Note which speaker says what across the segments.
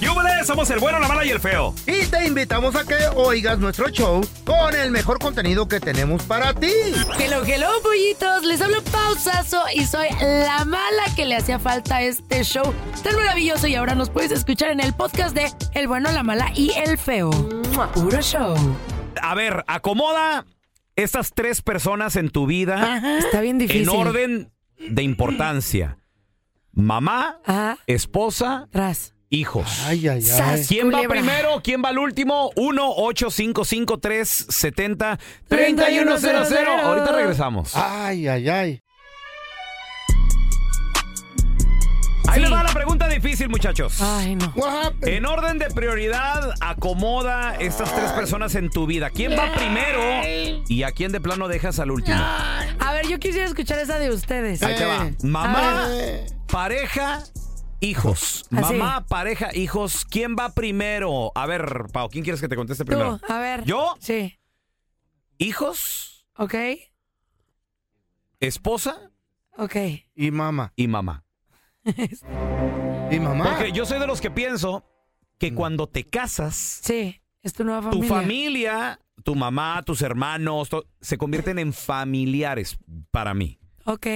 Speaker 1: ¡Yúbele! Somos el bueno, la mala y el feo.
Speaker 2: Y te invitamos a que oigas nuestro show con el mejor contenido que tenemos para ti.
Speaker 3: Hello, hello, pollitos. Les hablo pausazo y soy la mala que le hacía falta a este show tan maravilloso. Y ahora nos puedes escuchar en el podcast de El bueno, la mala y el feo. Puro show.
Speaker 1: A ver, acomoda estas tres personas en tu vida
Speaker 3: Está bien Ah, difícil.
Speaker 1: en orden de importancia. Mamá,
Speaker 3: Ajá.
Speaker 1: esposa,
Speaker 3: Tras.
Speaker 1: hijos.
Speaker 2: Ay, ay, ay.
Speaker 3: Sas.
Speaker 1: ¿Quién va
Speaker 3: Culebra.
Speaker 1: primero? ¿Quién va al último? 1-855-370-3100.
Speaker 3: 3100.
Speaker 1: Ahorita regresamos.
Speaker 3: Ah,
Speaker 2: Ay, ay, ay.
Speaker 1: Ahí les
Speaker 3: sí.
Speaker 1: va la pregunta difícil, muchachos.
Speaker 3: Ay, no.
Speaker 2: What happened?
Speaker 1: En orden de prioridad, acomoda estas tres personas en tu vida. ¿Quién va primero y a quién de plano dejas al último?
Speaker 3: A ver, yo quisiera escuchar esa de ustedes.
Speaker 1: Ahí te va.
Speaker 2: Eh.
Speaker 1: Mamá,
Speaker 3: Este. A
Speaker 1: pareja, hijos.
Speaker 3: Así.
Speaker 1: Mamá, pareja, hijos. ¿Quién va primero? A ver, Pau, ¿quién quieres que te conteste
Speaker 3: Tú,
Speaker 1: primero?
Speaker 3: a ver.
Speaker 1: ¿Yo?
Speaker 3: Sí.
Speaker 1: Hijos,
Speaker 3: Ok.
Speaker 1: esposa
Speaker 3: Ok.
Speaker 2: Y mamá.
Speaker 1: y mamá.
Speaker 2: Y mamá.
Speaker 1: Porque yo soy de los que pienso que cuando te casas,
Speaker 3: Sí. Es tu nueva
Speaker 1: tu
Speaker 3: Mm. familia.
Speaker 1: familia, tu mamá, tus hermanos, to- se convierten en familiares para mí.
Speaker 3: Ok.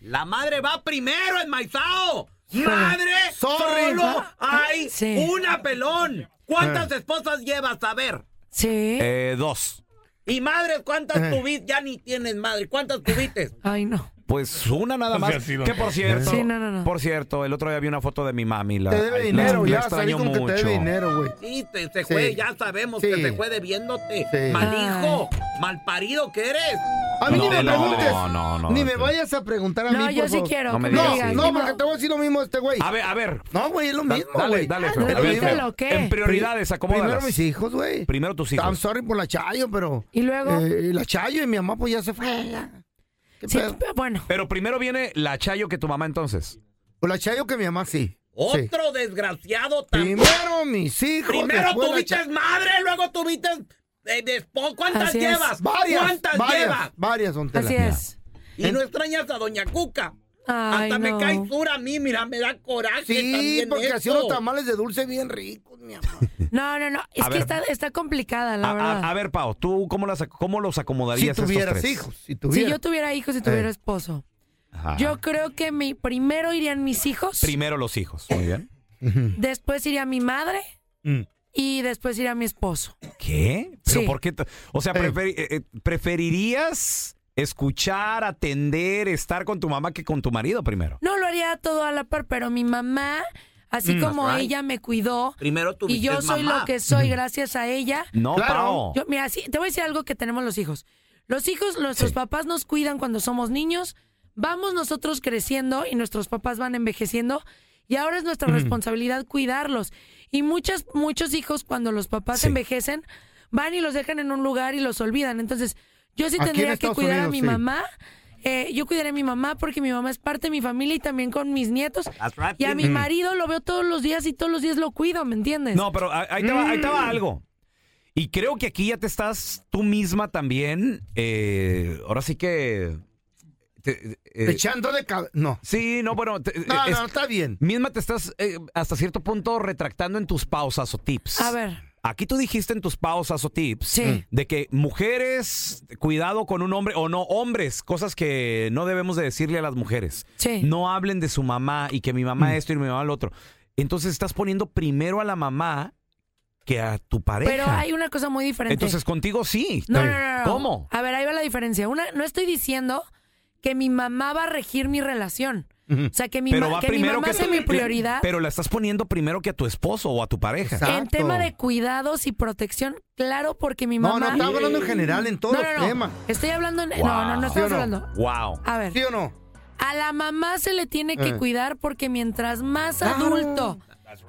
Speaker 1: La madre va primero en Maizao.
Speaker 2: Sorry.
Speaker 1: hay
Speaker 3: Ah. Sí. Ah.
Speaker 1: una pelón.
Speaker 2: ¿Cuántas
Speaker 1: esposas llevas? A ver.
Speaker 3: Sí.
Speaker 1: Eh, dos. ¿Y madres cuántas
Speaker 2: Eh.
Speaker 1: tuviste? Ya ni tienes madre. ¿Cuántas tuviste?
Speaker 3: Ay, no.
Speaker 1: Pues una nada más. que por cierto,
Speaker 3: Sí, no, no, no.
Speaker 1: por cierto, el otro día vi una foto de mi mami. La,
Speaker 2: Te debe
Speaker 1: la-
Speaker 2: dinero,
Speaker 1: la
Speaker 2: ya. Salí
Speaker 1: extraño
Speaker 2: con
Speaker 1: mucho.
Speaker 2: que te debe dinero, güey.
Speaker 4: Sí, te- se
Speaker 2: Sí.
Speaker 4: fue, ya sabemos
Speaker 2: Sí.
Speaker 4: que se fue debiéndote.
Speaker 2: Sí.
Speaker 4: Mal hijo, mal parido que eres.
Speaker 2: A mí ni
Speaker 1: No,
Speaker 2: me
Speaker 1: no,
Speaker 2: preguntes.
Speaker 1: no, no, no,
Speaker 2: ni
Speaker 1: no,
Speaker 2: me
Speaker 1: no.
Speaker 2: vayas a preguntar a mí,
Speaker 3: No, yo
Speaker 2: por
Speaker 3: sí
Speaker 2: favor.
Speaker 3: quiero.
Speaker 1: No me
Speaker 3: que
Speaker 1: digas
Speaker 3: me
Speaker 1: sí.
Speaker 2: No,
Speaker 3: digas.
Speaker 2: no,
Speaker 3: Ni
Speaker 2: porque
Speaker 3: modo.
Speaker 2: te voy a decir lo mismo a este güey.
Speaker 1: A ver, a ver.
Speaker 2: No, güey, es lo
Speaker 1: Ah. Da-
Speaker 2: mismo,
Speaker 1: dale,
Speaker 2: güey.
Speaker 1: dale,
Speaker 3: Ah,
Speaker 1: Fer,
Speaker 3: no,
Speaker 1: a ver,
Speaker 3: dímelo,
Speaker 1: Fer.
Speaker 3: ¿qué?
Speaker 1: En prioridades,
Speaker 2: Primero
Speaker 1: acomódalas.
Speaker 2: mis hijos, güey.
Speaker 1: Primero tus hijos.
Speaker 2: I'm sorry por la Chayo, pero...
Speaker 3: Y luego.
Speaker 2: eh, y la Chayo y mi mamá pues ya se fue. ya. ¿Qué
Speaker 3: sí,
Speaker 2: pedo?
Speaker 3: pero bueno.
Speaker 1: Pero primero viene la Chayo que tu mamá entonces.
Speaker 2: Pues la Chayo que mi mamá sí. Sí.
Speaker 4: Otro desgraciado también.
Speaker 2: Primero mis hijos.
Speaker 4: Primero
Speaker 2: después la
Speaker 4: tuviste
Speaker 2: Chayo.
Speaker 4: madre, luego tuviste eh, despo- ¿Cuántas
Speaker 3: Así es.
Speaker 4: llevas?
Speaker 2: Varias.
Speaker 4: ¿Cuántas
Speaker 2: varias,
Speaker 4: llevas?
Speaker 2: Varias, don Tela.
Speaker 3: Así es.
Speaker 4: Y no extrañas a Doña Cuca.
Speaker 3: Ay,
Speaker 4: Hasta
Speaker 3: no.
Speaker 4: me cae dura a mí, mira, me da coraje
Speaker 2: Sí,
Speaker 4: también
Speaker 2: porque
Speaker 4: eso.
Speaker 2: hacía unos tamales de dulce bien ricos, mi amor.
Speaker 3: No, no, no. Es
Speaker 1: A
Speaker 3: que
Speaker 1: ver.
Speaker 3: está, está complicada,
Speaker 1: A,
Speaker 3: la
Speaker 1: a-
Speaker 3: verdad.
Speaker 1: a ver, Pau, ¿tú cómo, las, ac- cómo los
Speaker 2: si
Speaker 1: acomodarías estos
Speaker 2: tuvieras
Speaker 1: tres?
Speaker 2: hijos, si
Speaker 3: si
Speaker 2: tuvieras.
Speaker 3: yo tuviera hijos y tuviera esposo,
Speaker 1: Ajá.
Speaker 3: yo creo que mi primero irían mis hijos,
Speaker 1: Primero los hijos. Muy bien.
Speaker 3: después iría mi madre
Speaker 1: Eh,
Speaker 2: Mm.
Speaker 3: y después iría mi esposo.
Speaker 1: ¿Qué? ¿Pero
Speaker 3: Sí.
Speaker 1: por qué? t- O sea,
Speaker 2: Eh.
Speaker 1: preferi- eh, eh, ¿preferirías escuchar, atender, estar con tu mamá que con tu marido primero?
Speaker 3: No lo haría todo a la par, pero mi mamá,
Speaker 1: Mm,
Speaker 3: así como
Speaker 4: right.
Speaker 3: ella me cuidó
Speaker 4: Primero tuviste
Speaker 3: y yo soy
Speaker 4: mamá.
Speaker 3: lo que soy gracias a ella,
Speaker 1: No,
Speaker 2: Claro.
Speaker 1: Pao.
Speaker 3: Yo, mira, sí, te voy a decir algo que tenemos los hijos. Los hijos, nuestros
Speaker 1: Sí.
Speaker 3: papás nos cuidan cuando somos niños, vamos nosotros creciendo y nuestros papás van envejeciendo y ahora es
Speaker 2: Mm.
Speaker 3: nuestra responsabilidad cuidarlos. Y muchas, muchos hijos cuando los papás
Speaker 1: Sí.
Speaker 3: envejecen van y los dejan en un lugar y los olvidan. Entonces, yo sí
Speaker 2: Aquí en
Speaker 3: tendría que
Speaker 2: Estados
Speaker 3: cuidar a
Speaker 2: Unidos,
Speaker 3: mi
Speaker 2: sí.
Speaker 3: mamá. Eh, yo cuidaré a mi mamá porque mi mamá es parte de mi familia y también con mis nietos.
Speaker 4: That's right,
Speaker 3: Y a mi
Speaker 4: baby.
Speaker 2: Mm.
Speaker 3: marido lo veo todos los días y todos los días lo cuido, ¿me entiendes?
Speaker 1: No, pero a- ahí te, va, ahí te va algo. Y creo que aquí ya te estás tú misma también. eh, ahora sí que. te- eh,
Speaker 2: Echando de cabeza. No.
Speaker 1: sí, no, bueno. te-
Speaker 2: No,
Speaker 1: eh, es-
Speaker 2: no, está bien.
Speaker 1: Misma te estás eh, hasta cierto punto retractando en tus pausas o tips.
Speaker 3: A ver.
Speaker 1: Aquí tú dijiste en tus pausas o tips
Speaker 2: Mm.
Speaker 3: Sí.
Speaker 1: de que mujeres, cuidado con un hombre o no, hombres, cosas que no debemos de decirle a las mujeres.
Speaker 3: Sí. Mm.
Speaker 1: No hablen de su mamá y que mi mamá esto y mi mamá lo otro. Entonces estás poniendo primero a la mamá que a tu pareja.
Speaker 3: Pero hay una cosa muy diferente.
Speaker 1: Entonces contigo sí.
Speaker 3: No, no, no, no.
Speaker 1: ¿Cómo?
Speaker 3: A ver, ahí va la diferencia. Una, no estoy diciendo que mi mamá va a regir mi relación.
Speaker 2: Ujú.
Speaker 3: O sea, que mi,
Speaker 1: pero
Speaker 3: ma-
Speaker 1: va
Speaker 3: que mi
Speaker 1: primero
Speaker 3: mamá
Speaker 1: que
Speaker 3: sea mi prioridad
Speaker 1: Pero la estás poniendo primero que a tu esposo o a tu pareja.
Speaker 2: Exacto.
Speaker 3: en tema de cuidados y protección. Claro, porque mi
Speaker 2: No, no,
Speaker 3: mamá...
Speaker 2: estaba hablando en general en todos
Speaker 3: No, no,
Speaker 2: los
Speaker 3: no.
Speaker 2: temas.
Speaker 3: Estoy hablando... en-
Speaker 1: Wow.
Speaker 3: No, no, no
Speaker 1: ¿Sí
Speaker 3: estamos
Speaker 2: o no?
Speaker 3: hablando.
Speaker 1: Wow.
Speaker 3: A ver,
Speaker 2: ¿Sí o no?
Speaker 3: a la mamá se le tiene que
Speaker 2: Eh.
Speaker 3: cuidar porque mientras más
Speaker 2: Claro.
Speaker 3: adulto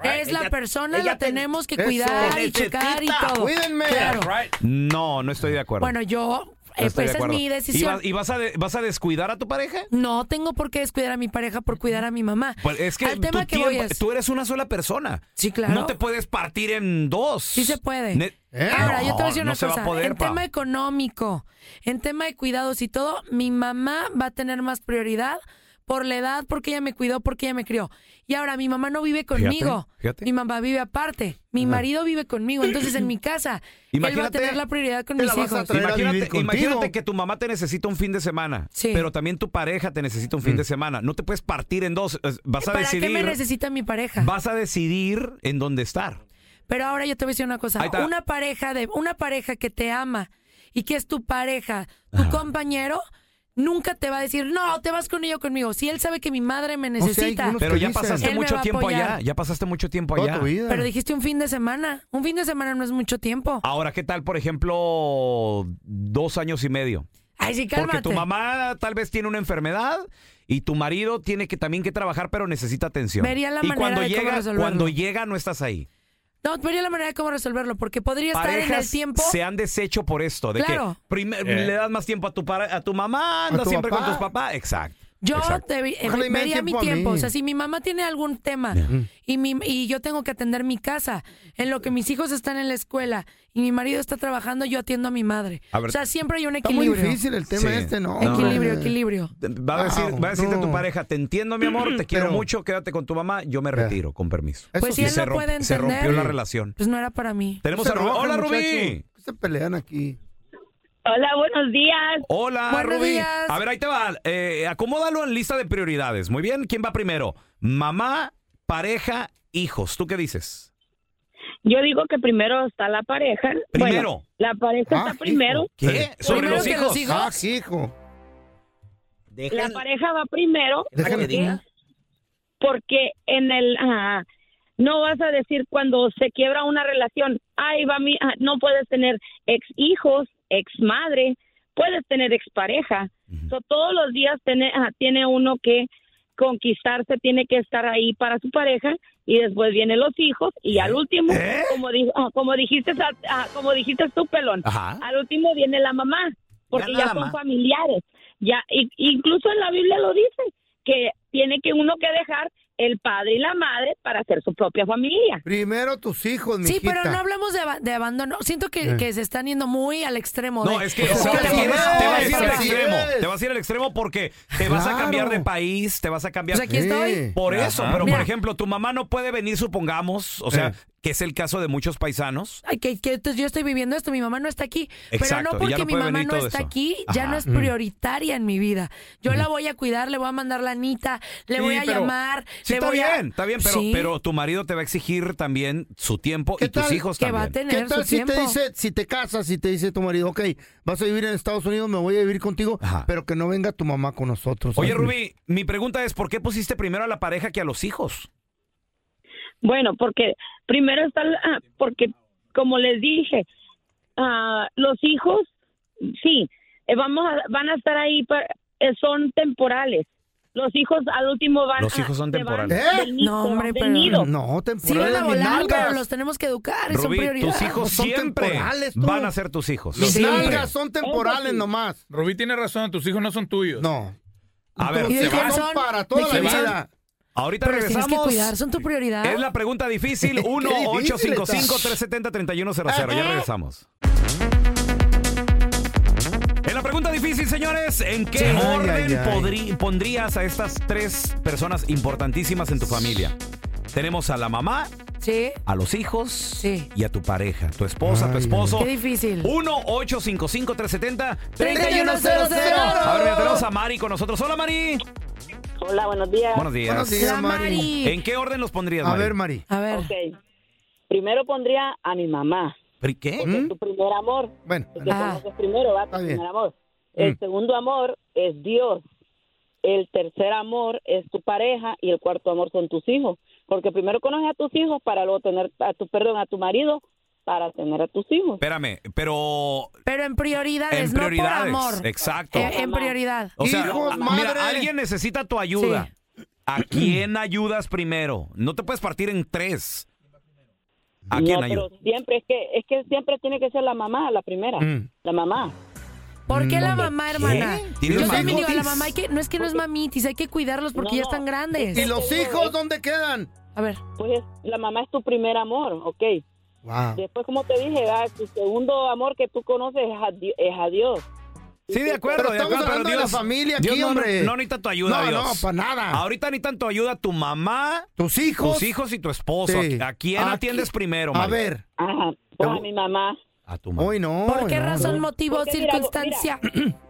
Speaker 3: es la
Speaker 4: Ella-
Speaker 3: persona,
Speaker 4: ella
Speaker 3: la
Speaker 4: te-
Speaker 3: tenemos que
Speaker 2: Eso.
Speaker 3: cuidar y
Speaker 4: Necesita.
Speaker 3: checar y todo.
Speaker 2: Cuídenme.
Speaker 3: Claro.
Speaker 1: No, no estoy de acuerdo.
Speaker 3: Bueno, yo...
Speaker 1: No
Speaker 3: eh,
Speaker 1: estoy de
Speaker 3: esa es
Speaker 1: acuerdo.
Speaker 3: mi decisión.
Speaker 1: ¿Y, vas, y vas a de- vas a descuidar a tu pareja?
Speaker 3: No tengo por qué descuidar a mi pareja por cuidar a mi mamá.
Speaker 1: Pues es que,
Speaker 3: Al tema
Speaker 1: tu
Speaker 3: que
Speaker 1: tiempo-
Speaker 3: voy es-
Speaker 1: tú eres una sola persona.
Speaker 3: Sí, claro.
Speaker 1: No te puedes partir en dos.
Speaker 3: Sí se puede.
Speaker 1: Ne-
Speaker 2: ¿Eh?
Speaker 3: Ahora, yo te voy a
Speaker 1: No,
Speaker 3: decir una
Speaker 1: no se va
Speaker 3: cosa.
Speaker 1: a poder,
Speaker 3: en
Speaker 1: pa.
Speaker 3: tema económico, en tema de cuidados y todo, mi mamá va a tener más prioridad por la edad, porque ella me cuidó, porque ella me crió. Y ahora mi mamá no vive conmigo.
Speaker 1: fíjate.
Speaker 3: Mi mamá vive aparte. Mi marido vive conmigo. Entonces en mi casa, él va a
Speaker 1: Imagínate,
Speaker 3: tener la prioridad con
Speaker 2: te la
Speaker 3: mis
Speaker 2: vas a
Speaker 3: hijos.
Speaker 2: traer a
Speaker 1: Imagínate,
Speaker 2: vivir contigo.
Speaker 1: imagínate que tu mamá te necesita un fin de semana,
Speaker 3: Sí.
Speaker 1: pero también tu pareja te necesita un fin
Speaker 2: Mm.
Speaker 1: de semana. No te puedes partir en dos. Es- Vas a
Speaker 3: ¿Para qué me
Speaker 1: decidir.
Speaker 3: necesita Pues mi pareja?
Speaker 1: Vas a decidir en dónde estar.
Speaker 3: Pero ahora yo te voy a decir una cosa.
Speaker 1: Ahí está.
Speaker 3: Una pareja de, una pareja que te ama y que es tu pareja, tu compañero, nunca te va a decir, no, te vas con ello conmigo. Si él sabe que mi madre me
Speaker 2: sea, hay
Speaker 3: necesita.
Speaker 2: unos-
Speaker 1: Pero
Speaker 2: ¿Qué
Speaker 1: ya
Speaker 2: dicen?
Speaker 1: pasaste
Speaker 3: Él me va
Speaker 1: mucho
Speaker 3: a
Speaker 1: tiempo
Speaker 3: apoyar.
Speaker 1: allá. Ya pasaste mucho tiempo
Speaker 2: Toda
Speaker 1: allá.
Speaker 2: tu vida.
Speaker 3: Pero dijiste un fin de semana. Un fin de semana no es mucho tiempo.
Speaker 1: Ahora, ¿qué tal, por ejemplo, dos años y medio?
Speaker 3: Ay, sí,
Speaker 1: Porque
Speaker 3: cálmate.
Speaker 1: tu mamá tal vez tiene una enfermedad y tu marido tiene que también que trabajar, pero necesita atención.
Speaker 3: Vería la
Speaker 1: y
Speaker 3: manera
Speaker 1: cuando
Speaker 3: de cómo
Speaker 1: llega,
Speaker 3: resolverlo.
Speaker 1: cuando llega no estás ahí.
Speaker 3: No, vería la manera de cómo resolverlo, porque podría estar en el
Speaker 1: Parejas
Speaker 3: tiempo.
Speaker 1: se han deshecho por esto, de
Speaker 3: Claro.
Speaker 1: que primer- le das más tiempo a tu para- a tu mamá, andas
Speaker 2: Eh. tu
Speaker 1: siempre
Speaker 2: papá.
Speaker 1: con tus papás, exacto.
Speaker 3: Yo
Speaker 1: exacto.
Speaker 3: te vi- eh,
Speaker 2: Ojalá y me den
Speaker 3: vería mi
Speaker 2: tiempo a
Speaker 3: tiempo.
Speaker 2: mí.
Speaker 3: O sea, si mi mamá tiene algún tema y, mi, y yo tengo que atender mi casa, en lo que mis hijos están en la escuela y mi marido está trabajando, yo atiendo a mi madre.
Speaker 1: A ver.
Speaker 3: o sea, siempre hay un
Speaker 2: Está muy
Speaker 3: equilibrio.
Speaker 2: difícil el tema
Speaker 1: Sí.
Speaker 2: este, ¿no?
Speaker 3: Equilibrio,
Speaker 2: hombre?
Speaker 3: equilibrio.
Speaker 1: Va a, decir,
Speaker 2: Wow,
Speaker 1: va a decirte a
Speaker 2: no.
Speaker 1: tu pareja, te entiendo, mi amor, te quiero
Speaker 2: Pero-
Speaker 1: mucho, quédate con tu mamá, yo me
Speaker 2: Ya.
Speaker 1: retiro, con permiso.
Speaker 2: Eso
Speaker 3: Pues
Speaker 2: sí.
Speaker 3: si él
Speaker 1: se,
Speaker 3: no
Speaker 1: romp-
Speaker 3: puede
Speaker 1: se rompió
Speaker 3: entender.
Speaker 1: la relación.
Speaker 3: Pues no era para mí.
Speaker 1: Tenemos a
Speaker 2: Se
Speaker 1: Rubí.
Speaker 2: enojan,
Speaker 1: Hola,
Speaker 2: muchacho.
Speaker 1: Rubí.
Speaker 2: ¿Qué Se pelean aquí.
Speaker 5: Hola, buenos días.
Speaker 1: Hola,
Speaker 3: Buenos
Speaker 1: Rubí.
Speaker 3: días.
Speaker 1: A ver, ahí te va. Eh, acomódalo en lista de prioridades. Muy bien, ¿quién va primero? Mamá, pareja, hijos. ¿Tú qué dices?
Speaker 5: Yo digo que primero está la pareja.
Speaker 1: Primero.
Speaker 5: Bueno, la pareja
Speaker 2: Ah,
Speaker 5: está primero.
Speaker 2: hijo.
Speaker 1: ¿Qué? ¿Sobre
Speaker 3: Primero
Speaker 1: los
Speaker 3: que
Speaker 1: hijos?
Speaker 3: los hijos.
Speaker 2: Ah, sí, hijo.
Speaker 5: La pareja va primero.
Speaker 2: Déjenme-
Speaker 5: porque- Porque en el... ah, no vas a decir cuando se quiebra una relación, ay, va mi, ah, no puedes tener ex hijos, ex madre, puedes tener ex pareja. So, todos los días tiene, ah, tiene uno que conquistarse, tiene que estar ahí para su pareja y después vienen los hijos y al último,
Speaker 1: ¿Eh?
Speaker 5: como, di- ah, como dijiste, al- ah, como dijiste tú, pelón,
Speaker 1: Ajá.
Speaker 5: al último viene la mamá, porque
Speaker 1: Gana
Speaker 5: ya
Speaker 1: la
Speaker 5: son
Speaker 1: ma-
Speaker 5: familiares. Ya, i- incluso en la Biblia lo dice, que tiene que uno que dejar el padre y la madre para hacer su propia familia.
Speaker 2: Primero tus hijos, mi
Speaker 3: Sí, pero no hablamos de, aba- de abandono. Siento
Speaker 2: Eh.
Speaker 3: que, que se están yendo muy al extremo.
Speaker 1: No,
Speaker 3: de-
Speaker 1: es que
Speaker 3: ¿Por
Speaker 1: te,
Speaker 3: qué
Speaker 1: vas a
Speaker 2: ¿sabes
Speaker 3: le
Speaker 1: ir-
Speaker 2: quién es?
Speaker 3: pones
Speaker 1: te vas a ir
Speaker 2: Así
Speaker 1: al
Speaker 3: papá?
Speaker 2: es.
Speaker 1: extremo. Te vas a ir al extremo porque te vas a
Speaker 2: Claro.
Speaker 1: cambiar de país, te vas a cambiar.
Speaker 3: Pues aquí estoy.
Speaker 1: Por eso, pero
Speaker 3: Mira.
Speaker 1: por ejemplo, tu mamá no puede venir, supongamos, o sea,
Speaker 2: Eh.
Speaker 1: que es el caso de muchos paisanos.
Speaker 3: Ay, que, que entonces yo estoy viviendo esto, mi mamá no está aquí.
Speaker 1: Exacto,
Speaker 3: pero no
Speaker 1: y ya no
Speaker 3: porque mi
Speaker 1: puede
Speaker 3: mamá
Speaker 1: venir
Speaker 3: no
Speaker 1: todo
Speaker 3: está
Speaker 1: eso.
Speaker 3: aquí, ya
Speaker 1: Ajá. Mm.
Speaker 3: no es prioritaria en mi vida. Yo la voy a cuidar, le voy a mandar la anita, le
Speaker 1: Sí,
Speaker 3: voy a
Speaker 1: pero-
Speaker 3: llamar.
Speaker 1: Sí,
Speaker 3: le
Speaker 1: está
Speaker 3: voy a-
Speaker 1: bien, está bien, pero,
Speaker 3: Sí,
Speaker 1: pero tu marido te va a exigir también su tiempo
Speaker 2: ¿Qué
Speaker 1: y tus
Speaker 2: tal
Speaker 1: hijos
Speaker 3: que va a
Speaker 1: también.
Speaker 3: tener
Speaker 2: ¿Qué tal
Speaker 3: su
Speaker 2: si
Speaker 3: tiempo.
Speaker 2: te dice, si te casas, si te dice tu marido, ok, vas a vivir en Estados Unidos, me voy a vivir contigo,
Speaker 1: Ajá.
Speaker 2: pero que no venga tu mamá con nosotros?
Speaker 1: Oye,
Speaker 2: Hombre.
Speaker 1: Rubí, mi pregunta es, ¿por qué pusiste primero a la pareja que a los hijos?
Speaker 5: Bueno, porque primero está, la- ah, porque como les dije, ah, los hijos, sí, eh, vamos a- van a estar ahí, pa- eh, son temporales. Los hijos al último van
Speaker 1: Los hijos son
Speaker 5: se van
Speaker 1: temporales.
Speaker 2: ¿Eh?
Speaker 5: del nido,
Speaker 3: No, hombre,
Speaker 5: del
Speaker 3: pero-
Speaker 5: nido.
Speaker 2: No,
Speaker 3: Sí van
Speaker 2: temporada de
Speaker 3: a
Speaker 2: mis
Speaker 3: volar, pero
Speaker 2: nalgas.
Speaker 3: los tenemos que educar, y son
Speaker 1: Rubí,
Speaker 3: prioridades.
Speaker 1: tus hijos
Speaker 2: Pues Son
Speaker 1: siempre
Speaker 2: temporales, tú.
Speaker 1: van a ser tus hijos.
Speaker 2: Mis
Speaker 3: Sí.
Speaker 2: nalgas son temporales
Speaker 5: Eso sí.
Speaker 2: nomás.
Speaker 6: Rubí tiene razón, tus hijos no son tuyos.
Speaker 2: No.
Speaker 1: A ver,
Speaker 3: ¿Y de
Speaker 2: se
Speaker 3: quién
Speaker 2: van
Speaker 3: son?
Speaker 2: para
Speaker 3: ¿De
Speaker 2: toda la
Speaker 3: quién son?
Speaker 2: vida.
Speaker 1: ahorita
Speaker 3: Pero tienes que
Speaker 1: regresamos.
Speaker 3: cuidar, son tu prioridad.
Speaker 1: Es la pregunta difícil.
Speaker 2: Qué difícil está.
Speaker 1: 1-855-370-3100. Ya regresamos. En la pregunta difícil, señores, ¿en qué
Speaker 2: Ay,
Speaker 1: orden
Speaker 2: ay, ay.
Speaker 1: podrí- pondrías a estas tres personas importantísimas en tu familia? Tenemos a la mamá,
Speaker 3: Sí,
Speaker 1: a los hijos
Speaker 3: Sí.
Speaker 1: y a tu pareja, tu esposa, tu
Speaker 2: Ay,
Speaker 1: esposo.
Speaker 3: qué difícil.
Speaker 1: 1-855-370.
Speaker 3: 3100.
Speaker 1: A ver, mira, tenemos a Mari con nosotros. Hola, Mari.
Speaker 5: Hola, buenos días.
Speaker 1: Buenos días.
Speaker 2: Buenos días,
Speaker 3: La
Speaker 2: Mari.
Speaker 3: Mari.
Speaker 1: ¿En qué orden los pondrías,
Speaker 2: A
Speaker 1: Mari?
Speaker 2: ver, Mari.
Speaker 3: A ver,
Speaker 5: Ok. Primero pondría a mi mamá,
Speaker 1: ¿Pri- ¿Qué?
Speaker 2: Mm.
Speaker 5: que es tu primer amor.
Speaker 2: Bueno,
Speaker 5: que
Speaker 3: Ah.
Speaker 5: conoces primero, va tu
Speaker 2: Está bien.
Speaker 5: primer amor. El
Speaker 2: Mm.
Speaker 5: segundo amor es Dios. El tercer amor es tu pareja y el cuarto amor son tus hijos, porque primero conoces a tus hijos para luego tener a tu perdón a tu marido para tener a tus hijos.
Speaker 1: Espérame, pero
Speaker 3: pero en prioridades,
Speaker 1: en prioridades.
Speaker 3: no por amor.
Speaker 1: Exacto.
Speaker 3: Eh, en prioridad.
Speaker 1: o sea, ah,
Speaker 2: Hijos, madre.
Speaker 1: mira, alguien necesita tu ayuda. ¿A quién ayudas primero? No te puedes partir en tres. ¿A
Speaker 5: no,
Speaker 1: quién
Speaker 5: pero
Speaker 1: ayudas?
Speaker 5: siempre es que es que siempre tiene que ser la mamá la primera,
Speaker 2: Mm.
Speaker 5: la mamá.
Speaker 3: ¿Por qué la mamá, hermana?
Speaker 1: Mm, ¿Tienes
Speaker 3: Yo también
Speaker 2: mamitis?
Speaker 3: digo, a la mamá hay que, no es que no es mamitis, hay que cuidarlos porque
Speaker 5: No,
Speaker 3: ya
Speaker 5: no.
Speaker 3: están grandes.
Speaker 2: ¿y los hijos dónde quedan?
Speaker 3: A ver,
Speaker 5: Pues es- la mamá es tu primer amor, ¿ok?
Speaker 2: Wow.
Speaker 5: Después como te dije, va, tu segundo amor que tú conoces es a, Di- es a Dios.
Speaker 1: Sí, de acuerdo.
Speaker 2: Pero
Speaker 1: de
Speaker 2: estamos
Speaker 1: acuerdo,
Speaker 2: hablando de la familia aquí,
Speaker 1: Dios no-
Speaker 2: hombre.
Speaker 1: No, no necesita tu ayuda,
Speaker 2: No,
Speaker 1: Dios.
Speaker 2: no, para nada.
Speaker 1: Ahorita necesitan tu ayuda tu mamá,
Speaker 2: Tus hijos.
Speaker 1: tus hijos y tu esposo.
Speaker 2: Sí.
Speaker 1: ¿A quién
Speaker 2: Aquí-
Speaker 1: atiendes primero,
Speaker 2: A
Speaker 1: Mari?
Speaker 2: ver.
Speaker 5: Ajá, pues a mi mamá.
Speaker 1: A tu mamá.
Speaker 2: Hoy no.
Speaker 3: ¿Por
Speaker 2: hoy
Speaker 3: qué
Speaker 2: no.
Speaker 3: razón, motivo,
Speaker 5: Porque mira,
Speaker 3: circunstancia?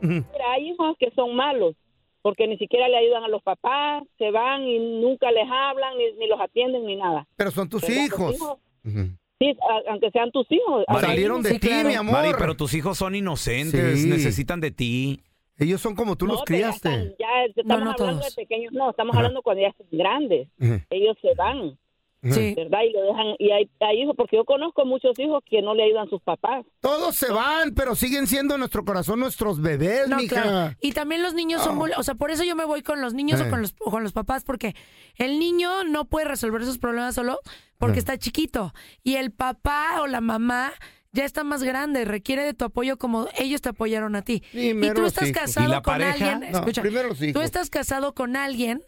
Speaker 5: Mira, hay hijos que son malos porque ni siquiera le ayudan a los papás, se van y nunca les hablan, ni, ni los atienden, ni nada.
Speaker 2: Pero son tus
Speaker 5: ¿Verdad?
Speaker 2: hijos.
Speaker 5: Tus hijos.
Speaker 2: Ujú.
Speaker 5: Sí, a- aunque sean tus hijos.
Speaker 1: Mari.
Speaker 2: Salieron de
Speaker 3: Sí,
Speaker 2: ti,
Speaker 3: claro.
Speaker 2: mi amor.
Speaker 1: Mari, pero tus hijos son inocentes,
Speaker 2: Sí.
Speaker 1: necesitan de ti.
Speaker 2: Ellos son como tú
Speaker 5: No,
Speaker 2: los
Speaker 5: pero ya están-
Speaker 2: criaste.
Speaker 5: Ya, estamos
Speaker 3: no
Speaker 5: hablando
Speaker 3: todos.
Speaker 5: de pequeños, no, estamos
Speaker 2: Ajá.
Speaker 5: hablando cuando ya son grandes.
Speaker 2: Ujú.
Speaker 5: Ellos se van,
Speaker 2: Ujú.
Speaker 3: Sí.
Speaker 5: ¿verdad? Y lo dejan, y hay, hay hijos, porque yo conozco muchos hijos que no le ayudan sus papás.
Speaker 2: Todos se van, pero siguen siendo en nuestro corazón nuestros bebés,
Speaker 3: No,
Speaker 2: mija.
Speaker 3: claro. Y también los niños son, vul- o sea, por eso yo me voy con los niños
Speaker 2: Eh.
Speaker 3: o con los, o con los papás, porque el niño no puede resolver sus problemas solo
Speaker 2: Eh.
Speaker 3: porque está chiquito. Y el papá o la mamá ya está más grande, requiere de tu apoyo como ellos te apoyaron a ti. y
Speaker 2: Primero
Speaker 3: tú
Speaker 2: los
Speaker 3: estás
Speaker 2: hijos.
Speaker 1: ¿Y
Speaker 3: casado
Speaker 1: la
Speaker 3: con
Speaker 1: pareja?
Speaker 3: alguien.
Speaker 2: No,
Speaker 3: escucha,
Speaker 2: primero los
Speaker 3: tú
Speaker 2: hijos.
Speaker 3: estás casado con alguien.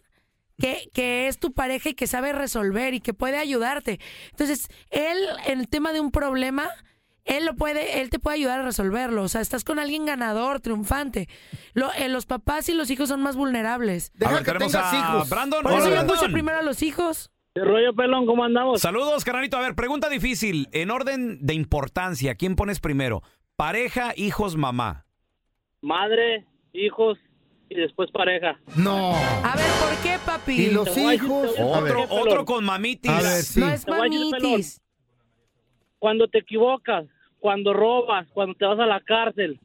Speaker 3: Que, que es tu pareja y que sabe resolver y que puede ayudarte. Entonces, él, en el tema de un problema, él lo puede, él te puede ayudar a resolverlo. O sea, estás con alguien ganador, triunfante. Lo- eh, los papás y los hijos son más vulnerables.
Speaker 2: Deja
Speaker 1: a ver,
Speaker 2: que
Speaker 1: tenemos
Speaker 2: tengas
Speaker 1: a
Speaker 2: hijos.
Speaker 1: Brandon.
Speaker 3: Por eso
Speaker 1: Hola,
Speaker 3: yo puse
Speaker 1: Brandon.
Speaker 3: primero a los hijos.
Speaker 7: ¿Qué rollo, pelón? ¿Cómo
Speaker 2: Pues-
Speaker 7: andamos?
Speaker 1: Saludos, carnalito. A ver, pregunta difícil. En orden de importancia, ¿quién pones primero? Pareja, hijos, mamá.
Speaker 7: Madre, hijos y después pareja.
Speaker 2: No.
Speaker 3: A ver, ¿por qué, papi?
Speaker 2: Y los
Speaker 7: Te voy a decir-
Speaker 2: hijos.
Speaker 7: te voy a
Speaker 2: A ver,
Speaker 1: Otro,
Speaker 7: pelón.
Speaker 1: otro con mamitis.
Speaker 2: a ver, sí.
Speaker 3: No es
Speaker 7: Te voy a decir,
Speaker 3: mamitis.
Speaker 7: Cuando te equivocas, cuando robas, cuando te vas a la cárcel,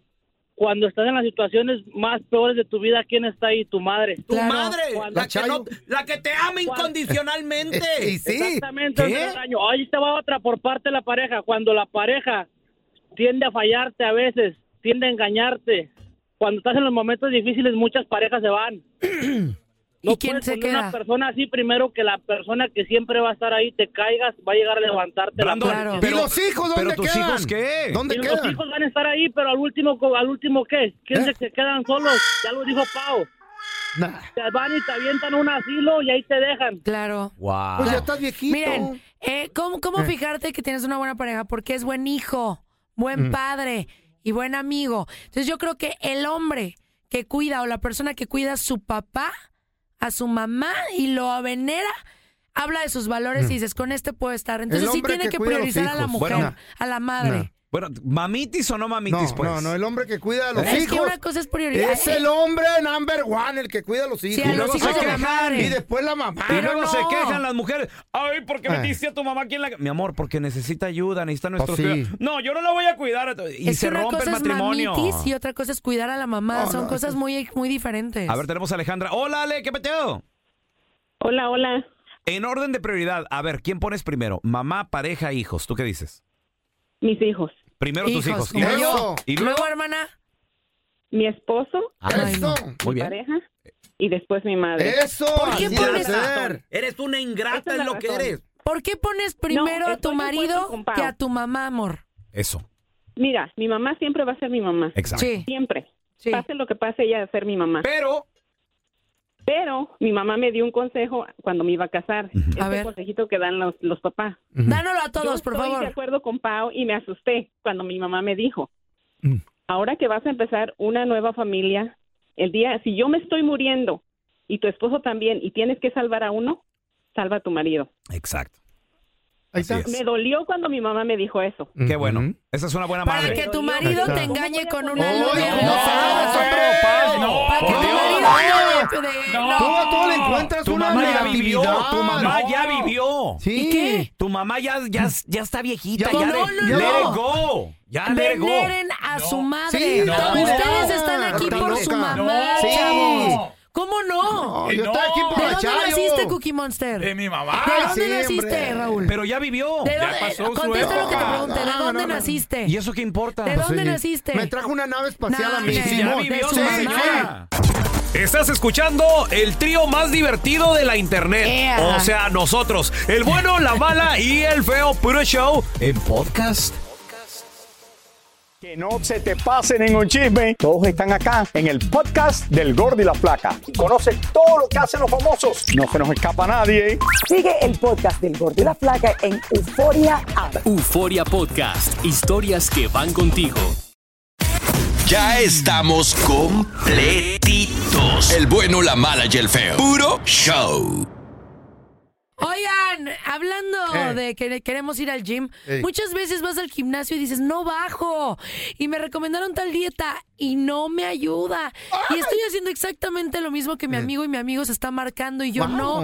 Speaker 7: cuando estás en las situaciones más peores de tu vida, ¿quién está ahí? Tu madre.
Speaker 4: Tu
Speaker 3: Claro.
Speaker 4: madre,
Speaker 7: Juan-
Speaker 4: la que, no-
Speaker 2: Chayo.
Speaker 4: la que te ama incondicionalmente.
Speaker 2: Y sí.
Speaker 7: Exactamente.
Speaker 1: ¿Qué?
Speaker 7: ¿Qué? Ahí te va otra por parte de la pareja. Cuando la pareja tiende a fallarte a veces, tiende a engañarte. Cuando estás en los momentos difíciles, muchas parejas se van.
Speaker 3: ¿Y quién
Speaker 7: puedes
Speaker 3: se
Speaker 7: poner
Speaker 3: queda?
Speaker 7: Una persona así primero que la persona que siempre va a estar ahí, te caigas, va a llegar a levantarte. la
Speaker 1: Brandon,
Speaker 3: Claro.
Speaker 2: ¿Y los hijos dónde
Speaker 1: pero tus
Speaker 2: quedan?
Speaker 1: hijos qué?
Speaker 2: ¿Dónde
Speaker 7: Y los
Speaker 2: quedan?
Speaker 7: hijos van a estar ahí, pero al último, co- al último ¿qué? ¿Quién
Speaker 2: ¿Eh?
Speaker 7: se que quedan solos? Ya lo dijo Pau.
Speaker 2: Nah.
Speaker 7: Te van y te avientan a un asilo y ahí te dejan.
Speaker 3: Claro.
Speaker 1: Wow.
Speaker 2: Pues ya estás viejito.
Speaker 3: Miren, eh, ¿cómo, cómo fijarte que tienes una buena pareja? Porque es buen hijo, buen padre y buen amigo. Entonces yo creo que el hombre que cuida o la persona que cuida a su papá, a su mamá y lo venera, habla de sus valores y dices, con este puedo estar. Entonces sí
Speaker 2: hombre
Speaker 3: tiene
Speaker 2: que
Speaker 3: que,
Speaker 2: cuida a los
Speaker 3: priorizar a la
Speaker 2: hijos.
Speaker 3: mujer,
Speaker 1: Bueno,
Speaker 3: a la madre.
Speaker 1: Bueno, ¿mamitis o no
Speaker 2: no,
Speaker 1: mamitis, pues?
Speaker 2: no, no, el hombre que cuida a los
Speaker 3: Es
Speaker 2: hijos.
Speaker 3: que una cosa es eh, prioridad.
Speaker 2: Es el hombre number one, el que cuida a los hijos.
Speaker 3: Sí, a
Speaker 1: Y
Speaker 3: los
Speaker 1: luego
Speaker 3: hijos
Speaker 1: se
Speaker 3: de la
Speaker 1: quejan.
Speaker 3: madre.
Speaker 2: Y después la mamá.
Speaker 1: Y luego
Speaker 3: no.
Speaker 1: se quejan las mujeres. Ay, ¿por qué
Speaker 2: Eh.
Speaker 1: metiste a tu mamá aquí en la.? ca-?" Mi amor, porque necesita ayuda, necesita nuestros.
Speaker 2: Pues sí.
Speaker 1: cuidados. No, yo no la voy a cuidar. Y
Speaker 3: es
Speaker 1: se
Speaker 3: que una
Speaker 1: rompe
Speaker 3: cosa
Speaker 1: el
Speaker 3: es
Speaker 1: matrimonio.
Speaker 3: mamitis y otra cosa es cuidar a la mamá.
Speaker 2: No,
Speaker 3: Son
Speaker 2: no,
Speaker 3: cosas muy, muy diferentes.
Speaker 1: A ver, tenemos a Alejandra. Hola, Ale, ¿qué peteo?
Speaker 5: Hola, hola.
Speaker 1: En orden de prioridad, a ver, ¿quién pones primero? Mamá, pareja, hijos. ¿Tú qué dices?
Speaker 5: Mis hijos,
Speaker 1: Primero tus hijos.
Speaker 3: como
Speaker 2: ¿Y
Speaker 3: yo.
Speaker 2: luego?
Speaker 1: ¿Y luego?
Speaker 3: luego, hermana.
Speaker 5: mi esposo,
Speaker 3: Ay,
Speaker 2: Eso.
Speaker 3: no.
Speaker 1: Muy bien.
Speaker 5: pareja y después mi madre.
Speaker 2: Eso.
Speaker 3: ¿Por qué
Speaker 2: así
Speaker 3: pones-
Speaker 2: debe ser.
Speaker 4: Eres una
Speaker 5: Esa
Speaker 4: ingrata, es
Speaker 5: es la
Speaker 4: lo que
Speaker 5: razón.
Speaker 4: eres.
Speaker 3: ¿Por qué pones primero a
Speaker 5: estoy
Speaker 3: tu
Speaker 5: de
Speaker 3: marido
Speaker 5: acuerdo con Pau.
Speaker 3: que a tu mamá, amor?
Speaker 1: Eso.
Speaker 5: Mira, mi mamá siempre va a ser mi mamá,
Speaker 1: Exacto.
Speaker 3: Sí,
Speaker 5: siempre.
Speaker 3: sí.
Speaker 5: Pase lo que pase, ella va a ser mi mamá.
Speaker 2: ¿Eh?
Speaker 1: Pero.
Speaker 5: Pero mi mamá me dio un consejo cuando me iba a casar.
Speaker 3: A ver.
Speaker 5: Ese consejito que dan los, los papás.
Speaker 3: Dánoslo a todos,
Speaker 5: Yo
Speaker 3: por
Speaker 5: estoy de
Speaker 3: favor.
Speaker 5: acuerdo con Pau y me asusté cuando mi mamá me dijo, ahora que vas a empezar una nueva familia, el día, si yo me estoy muriendo y tu esposo también y tienes que salvar a uno, salva a tu marido.
Speaker 1: Exacto.
Speaker 2: Ahí
Speaker 1: Así
Speaker 2: está. Mm.
Speaker 1: es.
Speaker 5: Me dolió cuando mi mamá me dijo eso.
Speaker 1: Qué bueno.
Speaker 2: Ujú.
Speaker 1: Esa es una buena
Speaker 3: Para
Speaker 1: madre.
Speaker 3: que tu marido te engañe con una
Speaker 2: Ay,
Speaker 3: novia.
Speaker 2: no sabes, hombre.
Speaker 6: No,
Speaker 3: Para que tu
Speaker 1: Dios.
Speaker 3: marido de- de-
Speaker 2: Tú a todo le encuentras
Speaker 1: Tu
Speaker 2: una
Speaker 1: mamá ya vivió.
Speaker 2: negatividad.
Speaker 1: Tu mamá
Speaker 6: No.
Speaker 1: ya vivió.
Speaker 2: Sí.
Speaker 3: ¿Y qué?
Speaker 1: Tu mamá ya, ya, ya está viejita.
Speaker 2: Ya
Speaker 1: Ya,
Speaker 2: no,
Speaker 1: le-
Speaker 2: no, no.
Speaker 1: let it go. Ya let it go.
Speaker 3: Veneren a su madre.
Speaker 2: Sí, no.
Speaker 3: Ustedes
Speaker 2: No.
Speaker 3: están aquí
Speaker 2: Está
Speaker 3: por su
Speaker 2: loca.
Speaker 3: mamá,
Speaker 2: No.
Speaker 3: chavos. ¿Cómo no?
Speaker 2: No, yo estaba aquí por
Speaker 3: ¿De
Speaker 2: la
Speaker 3: dónde
Speaker 2: Chayo.
Speaker 3: naciste, Cookie Monster?
Speaker 6: De mi mamá.
Speaker 3: ¿De
Speaker 2: Ah,
Speaker 3: dónde
Speaker 2: sí,
Speaker 3: naciste,
Speaker 2: hombre.
Speaker 3: Raúl?
Speaker 1: Pero ya vivió.
Speaker 3: ¿De
Speaker 6: Ya pasó
Speaker 3: dónde? Contesta
Speaker 6: su
Speaker 3: lo que te
Speaker 2: época.
Speaker 3: pregunté. ¿De
Speaker 2: No, no,
Speaker 3: dónde
Speaker 2: no.
Speaker 3: naciste?
Speaker 1: ¿Y eso qué importa?
Speaker 3: ¿De dónde
Speaker 2: Sí.
Speaker 3: naciste?
Speaker 2: Me trajo una nave espacial
Speaker 3: No,
Speaker 2: a mí.
Speaker 3: hombre.
Speaker 1: Sí,
Speaker 3: Ya
Speaker 2: Simón.
Speaker 3: vivió
Speaker 2: Sí,
Speaker 3: su
Speaker 2: sí,
Speaker 3: mamá.
Speaker 1: Estás escuchando el trío más divertido de la internet.
Speaker 3: Ea.
Speaker 1: O sea, nosotros, el bueno, la mala y el feo puro show en podcast.
Speaker 8: Que no se te pase ningún chisme. Todos están acá en el podcast del Gordi y la Flaca. Conoce todo lo que hacen los famosos. No se nos escapa nadie.
Speaker 9: Sigue el podcast del Gordo y la Flaca en Euforia App.
Speaker 10: Euforia Podcast, historias que van contigo. Ya estamos completitos. El bueno, la mala y el feo. Puro show.
Speaker 3: Oigan, hablando
Speaker 2: Eh.
Speaker 3: de que queremos ir al gym,
Speaker 2: Ey.
Speaker 3: muchas veces vas al gimnasio y dices, no bajo, y me recomendaron tal dieta y no me ayuda. Y estoy haciendo exactamente lo mismo que mi amigo y mi amigo se está marcando y yo
Speaker 2: Guau.
Speaker 3: no.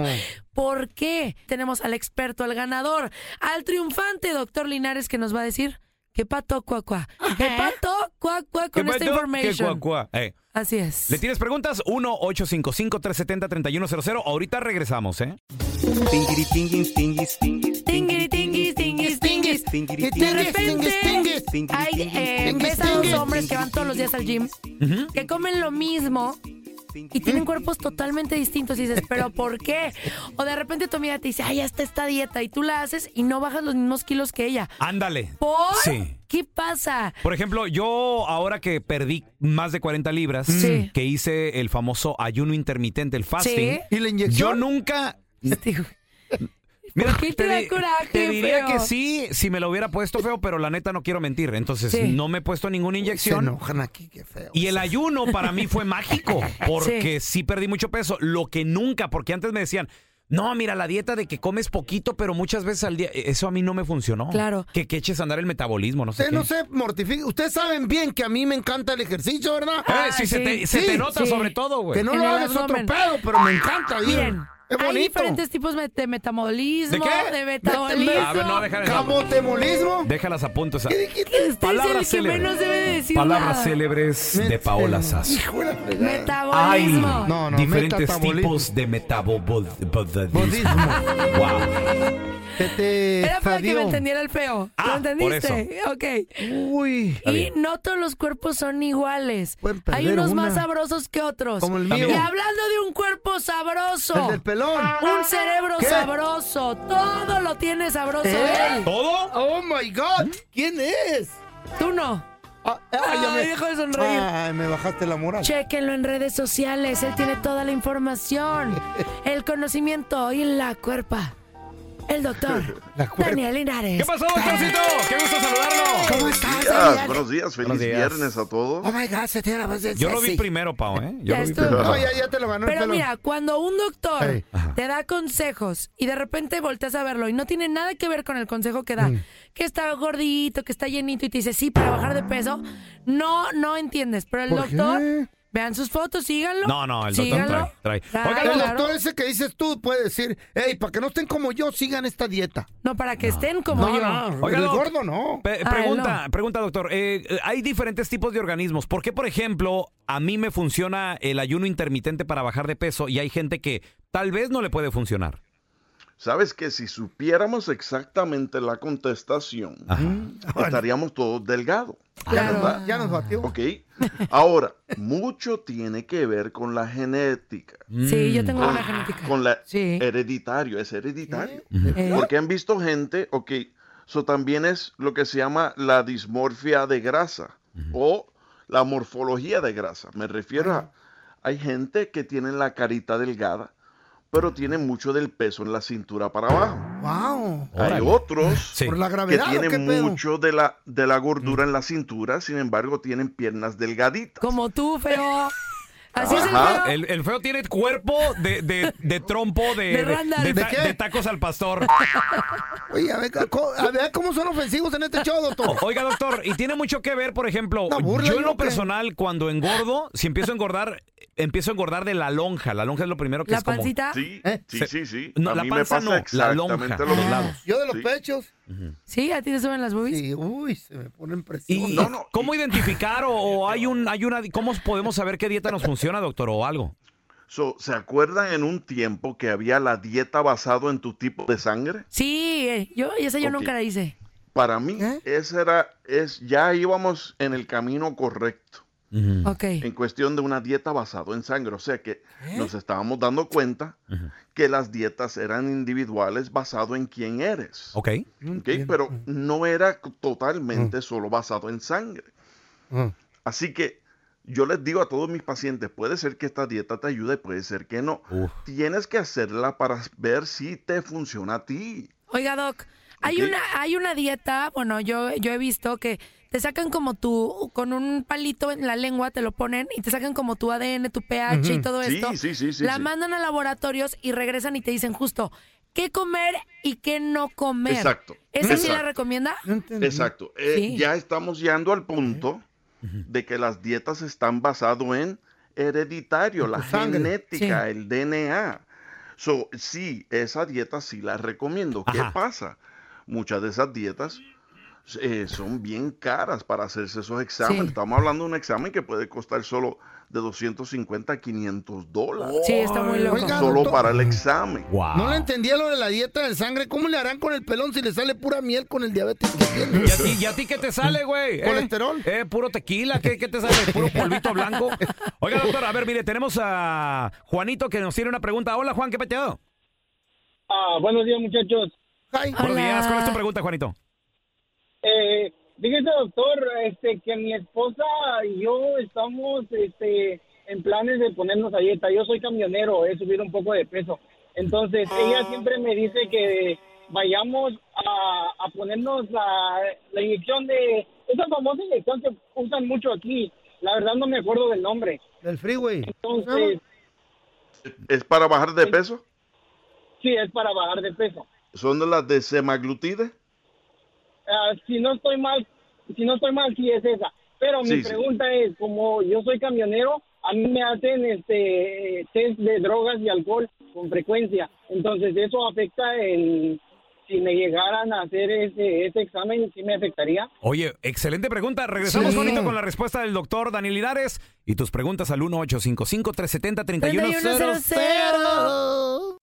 Speaker 3: ¿Por qué? Tenemos al experto, al ganador, al triunfante, doctor Linares, que nos va a decir, ¿qué pato, cuacua? ¿Qué pato, cuacua con
Speaker 1: ¿Qué pasó?
Speaker 3: esta
Speaker 1: ¿Qué
Speaker 3: información?
Speaker 1: cuacua? Eh,
Speaker 3: Así es.
Speaker 1: ¿Le tienes preguntas? 1-855-370-3100. Ahorita regresamos, ¿eh?
Speaker 3: Tinguis, tinguis, tinguis, tinguis. De repente hay, eh, ves a dos hombres que van todos los días al gym, que comen lo mismo y tienen cuerpos totalmente distintos. Y dices, ¿pero por qué? O de repente tu amiga te dice, ay, ya está esta dieta. Y tú la haces y no bajas los mismos kilos que ella.
Speaker 1: Ándale.
Speaker 3: ¿Por
Speaker 1: Sí.
Speaker 3: qué pasa?
Speaker 1: Por ejemplo, yo ahora que perdí más de 40 libras,
Speaker 3: Sí.
Speaker 1: que hice el famoso ayuno intermitente, el fasting,
Speaker 2: ¿Y la inyección?
Speaker 1: yo nunca...
Speaker 3: Digo,
Speaker 1: Mira,
Speaker 3: qué te da
Speaker 1: di-
Speaker 3: coraje,
Speaker 1: te diría
Speaker 3: feo?
Speaker 1: que sí, si me lo hubiera puesto feo, pero la neta no quiero mentir. Entonces,
Speaker 3: Sí.
Speaker 1: no me he puesto ninguna
Speaker 2: Se
Speaker 1: inyección.
Speaker 2: enojan aquí, qué feo.
Speaker 1: Y el ayuno para mí fue mágico, porque sí. perdí mucho peso, lo que nunca, porque antes me decían, no, mira, la dieta de que comes poquito, pero muchas veces al día, eso a mí no me funcionó.
Speaker 3: Claro.
Speaker 1: Que, que eches a andar el metabolismo, no sé.
Speaker 2: Ustedes
Speaker 1: qué.
Speaker 2: no se mortifiquen. Ustedes saben bien que a mí me encanta el ejercicio, ¿verdad?
Speaker 1: Eh, sí,
Speaker 3: Ah,
Speaker 1: se
Speaker 3: sí.
Speaker 1: te, se
Speaker 2: Sí,
Speaker 1: te nota
Speaker 3: sí.
Speaker 1: sobre todo, güey.
Speaker 2: que no
Speaker 3: en
Speaker 2: lo
Speaker 3: el
Speaker 2: hagas otro
Speaker 3: abdomen.
Speaker 2: pedo, pero me encanta. Bien.
Speaker 3: Miren,
Speaker 2: es
Speaker 3: hay
Speaker 2: bonito.
Speaker 3: diferentes tipos de- de metabolismo,
Speaker 1: ¿De qué?
Speaker 3: de metabolismo.
Speaker 1: A ver, no, deja-
Speaker 2: Camotemolismo.
Speaker 1: Déjalas a punto. esa-
Speaker 2: ¿Qué dijiste?
Speaker 3: Este es el que menos debe de decir
Speaker 1: Palabras
Speaker 3: nada.
Speaker 1: célebres de Paola Sasso.
Speaker 2: Este Hijo de la fregada.
Speaker 3: Metabolismo.
Speaker 2: No, no,
Speaker 1: diferentes
Speaker 2: metabolismo.
Speaker 1: tipos de metabolismo.
Speaker 2: Bodismo.
Speaker 1: wow.
Speaker 2: Te- te
Speaker 3: Era para que
Speaker 2: sabió.
Speaker 3: me entendiera el feo.
Speaker 1: Ah,
Speaker 3: ¿Lo
Speaker 1: por
Speaker 3: entendiste? Ok.
Speaker 2: Uy.
Speaker 3: Y no todos los cuerpos son iguales.
Speaker 2: Pueden
Speaker 3: Hay
Speaker 2: perder
Speaker 3: unos
Speaker 2: una.
Speaker 3: más sabrosos que otros.
Speaker 2: Como el mío.
Speaker 3: Y hablando de un cuerpo sabroso,
Speaker 2: El del pelón.
Speaker 3: un cerebro
Speaker 2: ¿Qué?
Speaker 3: sabroso, todo lo tiene sabroso
Speaker 2: ¿Eh?
Speaker 3: él.
Speaker 1: ¿Todo?
Speaker 2: Oh my God. ¿Quién es?
Speaker 3: Tú no.
Speaker 2: Ah, ah, ya
Speaker 3: Ay, deja de sonreír.
Speaker 2: Ay, me bajaste la moral.
Speaker 3: Chequenlo en redes sociales. Él tiene toda la información, el conocimiento y la cuerpa. El doctor Daniel Linares.
Speaker 1: ¿Qué pasó, doctorcito? ¡Qué gusto saludarlo!
Speaker 2: ¿Cómo estás? Ariel?
Speaker 11: Buenos días, feliz
Speaker 1: Buenos días.
Speaker 11: viernes a todos.
Speaker 2: Oh my God, se tiene la voz de
Speaker 1: Yo lo vi
Speaker 2: Ceci.
Speaker 1: primero, Pao, ¿eh? Yo
Speaker 3: Ya
Speaker 1: lo vi
Speaker 3: estuvo.
Speaker 1: primero.
Speaker 2: No, ya, ya te lo ganó el
Speaker 3: Pero
Speaker 2: pelón.
Speaker 3: mira, cuando un doctor
Speaker 2: Ey.
Speaker 3: te da consejos y de repente volteas a verlo y no tiene nada que ver con el consejo que
Speaker 2: Mm.
Speaker 3: da, que está gordito, que está llenito y te dice sí para bajar de peso, no, no entiendes. Pero el
Speaker 2: ¿Por qué?
Speaker 3: doctor, vean sus fotos, síganlo.
Speaker 1: No, no, el doctor
Speaker 3: síganlo.
Speaker 1: trae, trae.
Speaker 3: Claro,
Speaker 1: Oiga,
Speaker 2: El
Speaker 3: claro.
Speaker 2: doctor ese que dices tú puede decir, hey, para que no estén como yo, sigan esta dieta.
Speaker 3: No, para que estén como
Speaker 2: no,
Speaker 3: yo.
Speaker 2: no,
Speaker 1: Oiga,
Speaker 2: el
Speaker 1: doc.
Speaker 2: gordo no.
Speaker 1: Pe-
Speaker 3: Ah,
Speaker 1: pregunta, pregunta, doctor. Eh, eh, hay diferentes tipos de organismos. ¿Por qué, por ejemplo, a mí me funciona el ayuno intermitente para bajar de peso y hay gente que tal vez no le puede funcionar?
Speaker 11: Sabes que si supiéramos exactamente la contestación, Mm, estaríamos todos delgados.
Speaker 3: Claro.
Speaker 2: Ya nos batió.
Speaker 11: ¿Ok? Ahora, mucho tiene que ver con la genética.
Speaker 3: Sí,
Speaker 1: Mm,
Speaker 3: yo tengo una genética.
Speaker 11: Mm. Ah, Con la
Speaker 3: Sí.
Speaker 11: hereditario, es hereditario.
Speaker 3: Eh,
Speaker 11: Porque han visto gente, ok, eso también es lo que se llama la dismorfia de grasa o la morfología de grasa. Me refiero a, hay gente que tiene la carita delgada, pero tiene mucho del peso en la cintura para abajo.
Speaker 2: Wow.
Speaker 11: Hay
Speaker 1: Órale.
Speaker 11: otros
Speaker 1: Sí.
Speaker 2: Por la
Speaker 11: que
Speaker 2: gravedad. ¿o qué
Speaker 11: tienen
Speaker 2: pedo?
Speaker 11: mucho de la, de la gordura en la cintura, sin embargo tienen piernas delgaditas.
Speaker 3: Como tú, feo. Así es el
Speaker 11: Ajá.
Speaker 3: feo.
Speaker 1: El, el feo tiene cuerpo de, de- de trompo de,
Speaker 3: De Randall.
Speaker 1: de- de ta-
Speaker 2: ¿De qué?
Speaker 1: de tacos al pastor.
Speaker 2: Oye, a ver, co- a ver cómo son ofensivos en este show, doctor.
Speaker 1: Oiga, doctor, y tiene mucho que ver, por ejemplo,
Speaker 2: Una burla,
Speaker 1: yo
Speaker 2: ¿yo
Speaker 1: en lo
Speaker 2: qué?
Speaker 1: personal, cuando engordo, si empiezo a engordar, empiezo a engordar de la lonja. La lonja es lo primero que
Speaker 3: La
Speaker 1: es como...
Speaker 3: pancita.
Speaker 11: Sí,
Speaker 2: ¿Eh?
Speaker 11: sí,
Speaker 1: Se-
Speaker 11: sí, sí.
Speaker 1: No,
Speaker 11: a
Speaker 1: la
Speaker 11: mí me
Speaker 1: panza
Speaker 11: pasa
Speaker 1: no, la lonja,
Speaker 11: exactamente lo
Speaker 1: los
Speaker 11: mismo.
Speaker 1: lados.
Speaker 2: Yo de los
Speaker 11: Sí.
Speaker 2: pechos.
Speaker 3: Sí, a ti te suben las boobies.
Speaker 2: Sí, uy, se me ponen
Speaker 1: ¿Y
Speaker 2: preciosos.
Speaker 11: No, no.
Speaker 1: cómo identificar o, o hay un hay una cómo podemos saber qué dieta nos funciona, doctor, o algo?
Speaker 11: So, ¿Se acuerdan en un tiempo que había la dieta basado en tu tipo de sangre?
Speaker 3: Sí, eh, yo y esa yo
Speaker 11: Ok.
Speaker 3: nunca la hice.
Speaker 11: Para mí,
Speaker 2: ¿Eh?
Speaker 11: esa era, es, ya íbamos en el camino correcto
Speaker 3: Ok.
Speaker 11: en cuestión de una dieta basado en sangre. O sea que
Speaker 2: ¿Eh?
Speaker 11: nos estábamos dando cuenta que las dietas eran individuales basado en quién eres.
Speaker 1: Ok.
Speaker 11: ¿ok? Pero
Speaker 2: Mm.
Speaker 11: no era c- totalmente solo basado en sangre.
Speaker 2: Mm.
Speaker 11: Así que yo les digo a todos mis pacientes, puede ser que esta dieta te ayude, puede ser que no.
Speaker 1: Uf.
Speaker 11: Tienes que hacerla para ver si te funciona a ti.
Speaker 3: Oiga, Doc, Hay
Speaker 11: Ok.
Speaker 3: una, hay una dieta, bueno, yo, yo he visto que te sacan como tu, con un palito en la lengua, te lo ponen y te sacan como tu ADN, tu pH y
Speaker 11: Ujú.
Speaker 3: todo
Speaker 11: Sí,
Speaker 3: esto.
Speaker 11: sí, sí, sí,
Speaker 3: la
Speaker 11: sí.
Speaker 3: mandan a laboratorios y regresan y te dicen justo qué comer y qué no comer.
Speaker 11: Exacto,
Speaker 3: ¿Esa sí la
Speaker 11: exacto.
Speaker 3: recomienda?
Speaker 11: Exacto. Eh,
Speaker 3: Sí.
Speaker 11: Ya estamos llegando al punto de que las dietas están basadas en hereditario, la genética, el DNA. So, sí, esa dieta sí la recomiendo. ¿Qué pasa? Muchas de esas dietas eh, son bien caras para hacerse esos exámenes. Estamos hablando de un examen que puede costar solo de 250 a 500 dólares.
Speaker 2: Sí, está muy loco. Oiga,
Speaker 11: Solo
Speaker 2: doctor.
Speaker 11: para el examen.
Speaker 1: Ah.
Speaker 2: No le entendía lo de la dieta del sangre. ¿Cómo le harán con el pelón si le sale pura miel con el diabetes que tiene?
Speaker 1: ¿Y a ti, y a ti qué te sale, güey? ¿Colesterol? Eh, puro tequila, ¿qué, qué te sale? Puro polvito blanco. Oiga, doctor, a ver, mire, tenemos a Juanito que nos tiene una pregunta. Hola, Juan, ¿qué pateado?
Speaker 12: Ah, buenos días, muchachos.
Speaker 1: Buenos días, ¿cuál es tu pregunta, Juanito?
Speaker 12: Eh, fíjese, doctor, este, que mi esposa y yo estamos este, en planes de ponernos a dieta. Yo soy camionero, he subido un poco de peso. Entonces, ella siempre me dice que vayamos a, a ponernos la, la inyección de... Esa famosa inyección que usan mucho aquí. La verdad no me acuerdo del nombre.
Speaker 2: Del freeway.
Speaker 12: Entonces,
Speaker 11: ¿Es para bajar de peso?
Speaker 12: sí, es para bajar de peso.
Speaker 11: ¿Son de las de semaglutide?
Speaker 12: Ah, si no estoy mal, si no estoy mal, sí es esa. Pero mi
Speaker 11: Sí, sí.
Speaker 12: pregunta es, como yo soy camionero, a mí me hacen este test de drogas y alcohol con frecuencia. Entonces, eso afecta el si me llegaran a hacer ese, ese examen, sí me afectaría.
Speaker 1: Oye, excelente pregunta. Regresamos,
Speaker 12: Sí.
Speaker 1: Juanito, con la respuesta del doctor Daniel Linares y tus preguntas al 1-855-370-3100.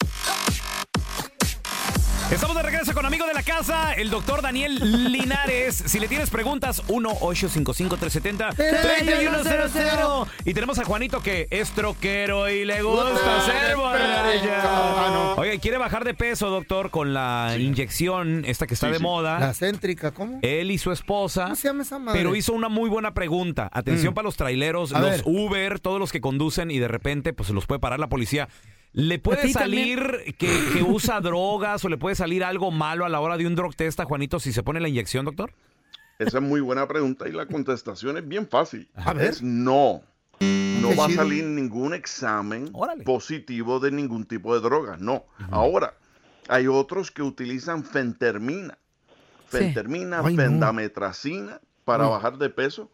Speaker 1: Estamos de regreso con amigo de la casa, el doctor Daniel Linares. Si le tienes preguntas, 1-855-370-3100. Y tenemos a Juanito que es troquero y le gusta hacer borracha. Oye, quiere bajar de peso, doctor, con la inyección esta que está
Speaker 2: Sí,
Speaker 1: de
Speaker 2: sí.
Speaker 1: moda.
Speaker 2: La céntrica, ¿cómo?
Speaker 1: Él y su esposa.
Speaker 2: ¿Cómo se llama esa madre? Mm.
Speaker 1: Pero hizo una muy buena pregunta. Atención para los traileros,
Speaker 2: A
Speaker 1: los
Speaker 2: ver.
Speaker 1: Uber, todos los que conducen y de repente pues los puede parar la policía. ¿Le puede
Speaker 2: ti
Speaker 1: salir que, que usa drogas o le puede salir algo malo a la hora de un drug test a Juanito si se pone la inyección, doctor?
Speaker 11: Esa es muy buena pregunta y la contestación es bien fácil.
Speaker 1: ver.
Speaker 11: Es no. No
Speaker 1: Qué
Speaker 11: va a
Speaker 1: chido.
Speaker 11: salir ningún examen positivo de ningún tipo de droga, no. Ahora, hay otros que utilizan fentermina.
Speaker 13: Sí.
Speaker 11: Fentermina,
Speaker 13: Ay, no.
Speaker 11: fendametracina para
Speaker 13: No.
Speaker 11: bajar de peso.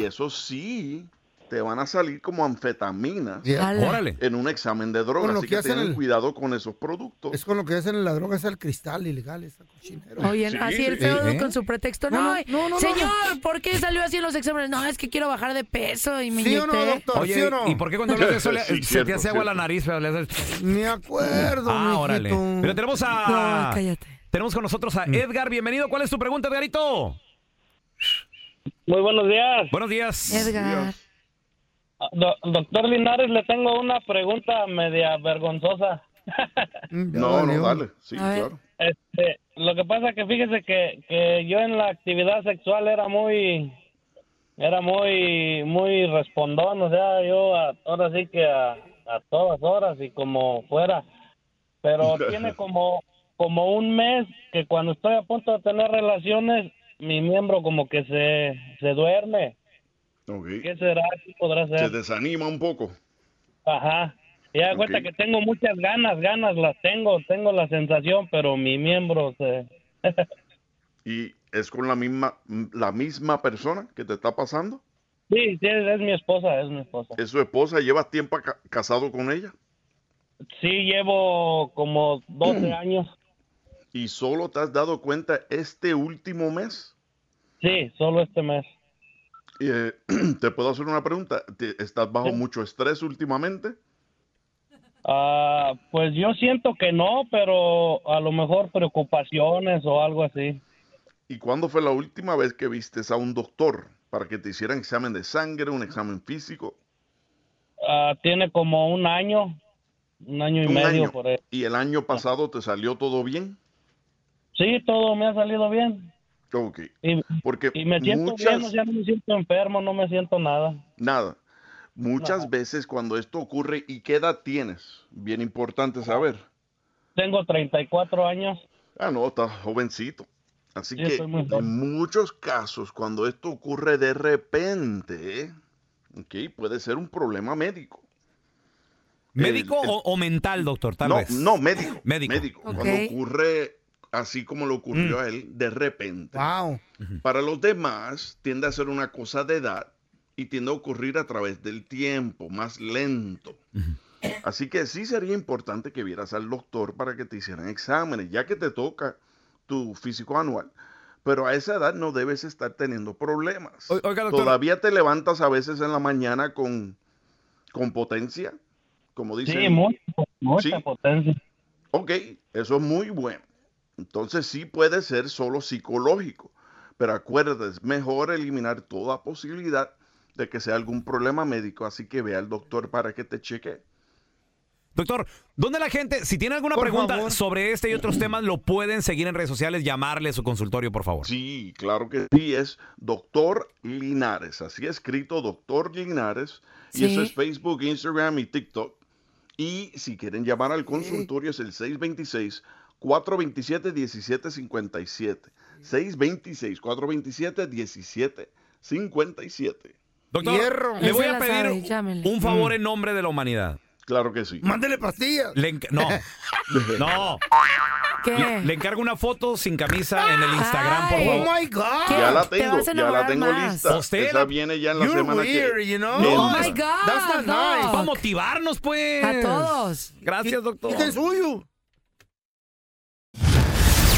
Speaker 11: Y eso sí te van a salir como anfetamina
Speaker 2: Yeah. Ala. Órale.
Speaker 11: en un examen de
Speaker 2: Con
Speaker 11: droga.
Speaker 2: lo
Speaker 11: Así
Speaker 2: que
Speaker 11: que
Speaker 2: hacen
Speaker 11: tengan
Speaker 2: el-
Speaker 11: cuidado con esos productos.
Speaker 2: Es con lo que hacen en la droga, es el cristal ilegal, esa cochinera.
Speaker 3: Oye,
Speaker 11: Sí,
Speaker 3: así el
Speaker 11: sí.
Speaker 3: feo
Speaker 11: ¿Eh?
Speaker 3: con su pretexto. No,
Speaker 2: No,
Speaker 3: eh,
Speaker 2: no, no, no.
Speaker 3: señor, ¿por qué salió así en los exámenes? No, es que quiero bajar de peso y me
Speaker 2: ¿Sí o no,
Speaker 3: inyecté.
Speaker 2: doctor?
Speaker 1: Oye,
Speaker 2: ¿sí o no?
Speaker 1: ¿y por qué cuando hablas de eso le-
Speaker 2: Sí,
Speaker 1: se te
Speaker 2: cierto,
Speaker 1: hace agua
Speaker 2: cierto.
Speaker 1: la nariz? pero le haces-
Speaker 2: Me acuerdo,
Speaker 1: ah,
Speaker 2: mijito.
Speaker 1: órale. Pero tenemos a...
Speaker 2: No, cállate.
Speaker 1: Tenemos con nosotros
Speaker 2: Mm.
Speaker 1: a Edgar. Bienvenido. ¿Cuál es tu pregunta, Edgarito?
Speaker 5: Muy buenos días. Ah,
Speaker 1: Buenos días.
Speaker 3: Edgar.
Speaker 5: Do- doctor Linares, le tengo una pregunta media vergonzosa.
Speaker 11: No, no, dale. Sí,
Speaker 5: A ver.
Speaker 11: claro.
Speaker 5: Este, lo que pasa que fíjese que, que yo en la actividad sexual era muy era muy muy respondón, o sea, yo a- ahora sí que a, a todas horas y como fuera. Pero tiene como como un mes que cuando estoy a punto de tener relaciones mi miembro como que se se duerme. ¿Qué será? ¿Qué podrá ser?
Speaker 11: Se desanima un poco.
Speaker 5: Ajá. Y da cuenta
Speaker 11: Ok.
Speaker 5: que tengo muchas ganas, ganas las tengo, tengo la sensación, pero mi miembro se...
Speaker 11: ¿Y es con la misma, la misma persona que te está pasando?
Speaker 5: Sí, sí, es, es mi esposa, es mi esposa.
Speaker 11: ¿Es su esposa? ¿Llevas tiempo ca- casado con ella?
Speaker 5: Sí, llevo como 12 años.
Speaker 11: ¿Y solo te has dado cuenta este último mes? eh,
Speaker 5: Sí, solo este mes.
Speaker 11: te puedo hacer una pregunta. ¿Te- ¿Estás bajo mucho estrés últimamente?
Speaker 5: Ah, pues yo siento que no, pero a lo mejor preocupaciones o algo así.
Speaker 11: ¿Y cuándo fue la última vez que vistes a un doctor para que te hicieran examen de sangre, un examen físico?
Speaker 5: Ah, tiene como un año, un año y
Speaker 11: Un
Speaker 5: medio
Speaker 11: año.
Speaker 5: por ahí.
Speaker 11: ¿Y el año pasado te salió todo bien?
Speaker 5: Sí, todo me ha salido bien.
Speaker 11: Ok. Porque
Speaker 5: Y me siento
Speaker 11: muchas...
Speaker 5: bien, o sea, no me siento enfermo, no me siento nada.
Speaker 11: Nada. Muchas veces cuando esto ocurre, ¿y qué edad tienes? Bien importante saber.
Speaker 5: Tengo 34 años.
Speaker 11: Ah, no, está jovencito. Así
Speaker 14: Sí,
Speaker 11: que
Speaker 14: estoy muy joven.
Speaker 11: en muchos casos, cuando esto ocurre de repente, ok, puede ser un problema médico.
Speaker 1: ¿Médico
Speaker 2: Eh,
Speaker 11: El- el-
Speaker 1: o, o mental, doctor? Tal
Speaker 11: no,
Speaker 1: vez.
Speaker 11: no, médico.
Speaker 1: Médico.
Speaker 11: Cuando ocurre así como le ocurrió
Speaker 1: Mm.
Speaker 11: a él, de repente.
Speaker 2: Wow.
Speaker 11: Para los demás, tiende a ser una cosa de edad y tiende a ocurrir a través del tiempo, más lento. Así que sí sería importante que vieras al doctor para que te hicieran exámenes, ya que te toca tu físico anual. Pero a esa edad no debes estar teniendo problemas.
Speaker 1: doctor.
Speaker 11: Todavía te levantas a veces en la mañana con, con potencia, como dicen.
Speaker 14: Sí, mucha, mucha
Speaker 11: Sí.
Speaker 14: potencia.
Speaker 11: Ok, eso es muy bueno. Entonces sí puede ser solo psicológico, pero acuérdate, es mejor eliminar toda posibilidad de que sea algún problema médico, así que ve al doctor para que te cheque.
Speaker 1: Doctor, ¿dónde la gente, si tiene alguna
Speaker 11: Por
Speaker 1: pregunta
Speaker 11: favor.
Speaker 1: sobre este y otros temas, lo pueden seguir en redes sociales, llamarle a su consultorio, por favor?
Speaker 11: Sí, claro que sí, es doctor Linares, así escrito, doctor Linares, y eso
Speaker 1: Sí.
Speaker 11: es Facebook, Instagram y TikTok. Y si quieren llamar al consultorio es el 626-427-1757. 626-427-1757.
Speaker 1: Doctor, le voy a pedir un favor
Speaker 11: Mm.
Speaker 1: en nombre de la humanidad.
Speaker 11: Claro que sí.
Speaker 2: Mándele pastillas.
Speaker 1: Le enc- no, no. Le, le encargo una foto sin camisa en el Instagram, por
Speaker 2: Ay.
Speaker 1: favor.
Speaker 2: Oh my God.
Speaker 11: Ya la tengo, ya la tengo lista.
Speaker 1: Usted
Speaker 11: Esa viene ya en la
Speaker 1: You're
Speaker 11: semana
Speaker 1: weird,
Speaker 11: que
Speaker 1: you know?
Speaker 11: que
Speaker 1: No,
Speaker 11: entra.
Speaker 1: Oh my God.
Speaker 2: That's not
Speaker 1: Doc.
Speaker 2: nice.
Speaker 1: Para motivarnos, pues.
Speaker 2: A
Speaker 1: todos. Gracias, doctor.
Speaker 2: Quita el Este suyo.